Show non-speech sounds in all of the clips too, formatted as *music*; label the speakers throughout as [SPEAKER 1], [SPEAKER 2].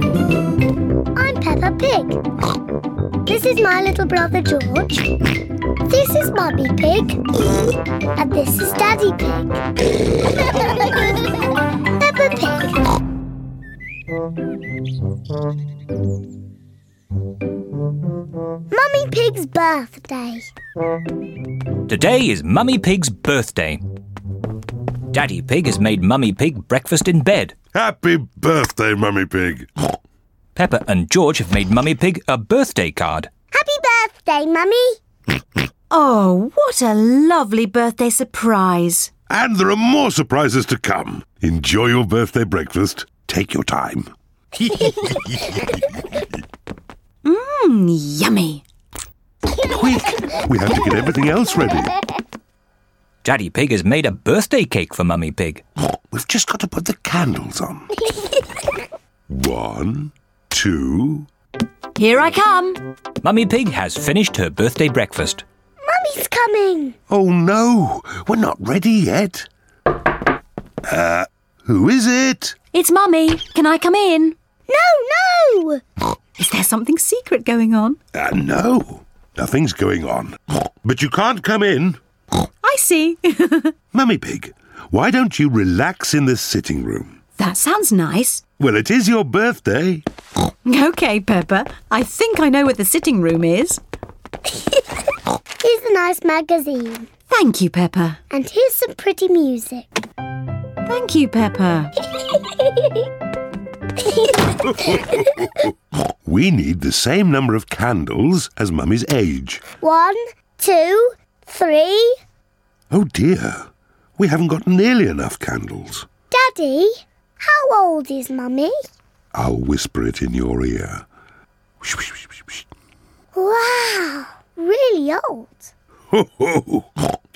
[SPEAKER 1] I'm Peppa Pig. This is my little brother George. This is Mummy Pig. And this is Daddy Pig. *laughs* Peppa Pig. Mummy Pig's birthday.
[SPEAKER 2] Today is Mummy Pig's birthday. Daddy Pig has made Mummy Pig breakfast in bed.
[SPEAKER 3] Happy birthday, Mummy Pig.
[SPEAKER 2] Pepper and George have made Mummy Pig a birthday card.
[SPEAKER 1] Happy birthday, Mummy.
[SPEAKER 4] Oh, what a lovely birthday surprise.
[SPEAKER 3] And there are more surprises to come. Enjoy your birthday breakfast. Take your time.
[SPEAKER 4] Mm, yummy.
[SPEAKER 3] Quick, we have to get everything else ready.
[SPEAKER 2] Daddy Pig has made a birthday cake for Mummy Pig.
[SPEAKER 3] We've just got to put the candles on. One, two.
[SPEAKER 4] Here I come.
[SPEAKER 2] Mummy Pig has finished her birthday breakfast.
[SPEAKER 1] Mummy's coming.
[SPEAKER 3] Oh no, we're not ready yet. Uh, who is it?
[SPEAKER 4] It's Mummy. Can I come in?
[SPEAKER 1] No, no. *laughs*
[SPEAKER 4] Is there something secret going on?
[SPEAKER 3] Uh, no, nothing's going on. But you can't come in.
[SPEAKER 4] I see. *laughs*
[SPEAKER 3] Mummy Pig, why don't you relax in this sitting room?
[SPEAKER 4] that sounds nice.
[SPEAKER 3] Well, it is your birthday.
[SPEAKER 4] Okay, Pepper. I think I know where the sitting room is.
[SPEAKER 1] Here's a nice magazine.
[SPEAKER 4] Thank you, Pepper.
[SPEAKER 1] And here's some pretty music.
[SPEAKER 4] Thank you, Pepper.
[SPEAKER 3] We need the same number of candles as Mummy's age.
[SPEAKER 1] *laughs* One, two, three.
[SPEAKER 3] Oh dear, we haven't got nearly enough candles.
[SPEAKER 1] Daddy, how old is Mummy?
[SPEAKER 3] I'll whisper it in your ear.
[SPEAKER 1] Wow, really old.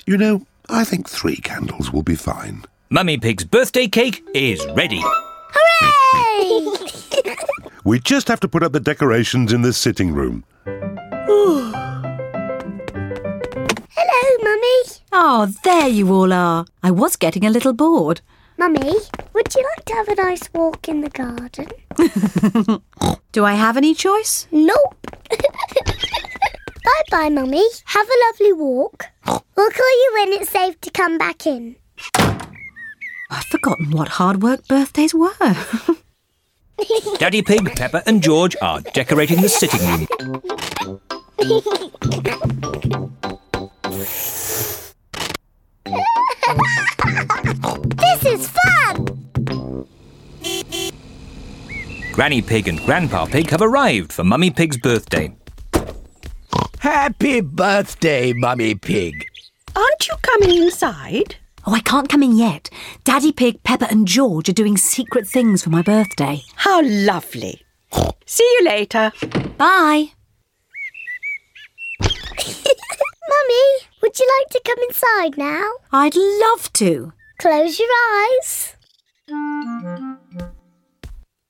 [SPEAKER 3] You know, I think three candles will be fine.
[SPEAKER 2] Mummy Pig's birthday cake is ready.
[SPEAKER 1] Hooray!
[SPEAKER 3] We just have to put up the decorations in this sitting room.
[SPEAKER 1] Hello, Mummy.
[SPEAKER 4] Oh, there you all are. I was getting a little bored.
[SPEAKER 1] Mummy, would you like to have a nice walk in the garden?
[SPEAKER 4] Do I have any choice?
[SPEAKER 1] Nope. *laughs* bye bye, Mummy. Have a lovely walk. We'll call you when it's safe to come back in. *laughs*
[SPEAKER 4] I've forgotten what hard work birthdays were. *laughs*
[SPEAKER 2] Daddy Pig, Pepper, and George are decorating the sitting room.
[SPEAKER 1] This is fun!
[SPEAKER 2] Granny Pig and Grandpa Pig have arrived for Mummy Pig's birthday.
[SPEAKER 5] Happy birthday, Mummy Pig.
[SPEAKER 6] Aren't you coming inside?
[SPEAKER 4] oh, I can't come in yet. Daddy Pig, Pepper, and George are doing secret things for my birthday.
[SPEAKER 6] How lovely. See you later.
[SPEAKER 4] Bye.
[SPEAKER 1] *laughs* Mummy, would you like to come inside now?
[SPEAKER 4] I'd love to.
[SPEAKER 1] Close your eyes.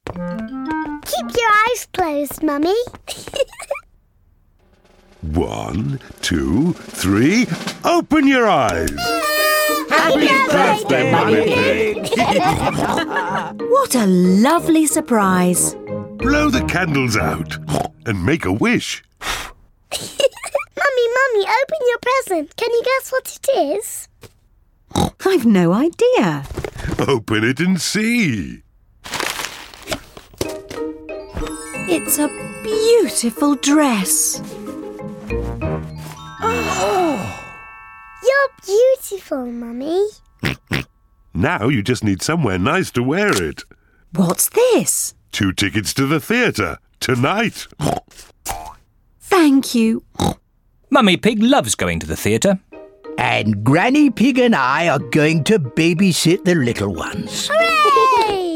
[SPEAKER 1] Keep your eyes closed, Mummy. *laughs*
[SPEAKER 3] One, two, three. Open your eyes.
[SPEAKER 1] Happy
[SPEAKER 3] birthday, Mummy Pig.
[SPEAKER 4] What a lovely surprise.
[SPEAKER 3] Blow the candles out and make a wish.
[SPEAKER 1] Mummy, Mummy, open your present. Can you guess what it is?
[SPEAKER 4] I've no idea.
[SPEAKER 3] Open it and see.
[SPEAKER 4] It's a beautiful dress.
[SPEAKER 1] You're beautiful, Mummy.
[SPEAKER 3] Now you just need somewhere nice to wear it.
[SPEAKER 4] What's this?
[SPEAKER 3] Two tickets to the theatre tonight.
[SPEAKER 4] Thank you.
[SPEAKER 2] Mummy Pig loves going to the theatre.
[SPEAKER 5] And Granny Pig and I are going to babysit the little ones.
[SPEAKER 1] Hey!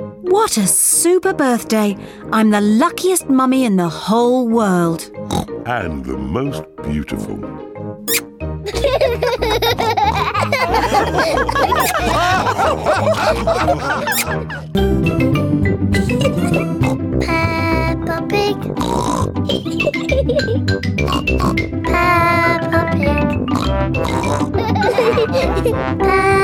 [SPEAKER 1] *laughs*
[SPEAKER 4] What a super birthday. I'm the luckiest mummy in the whole world.
[SPEAKER 3] And the most beautiful.
[SPEAKER 1] Peppa Pig. Peppa Pig. Peppa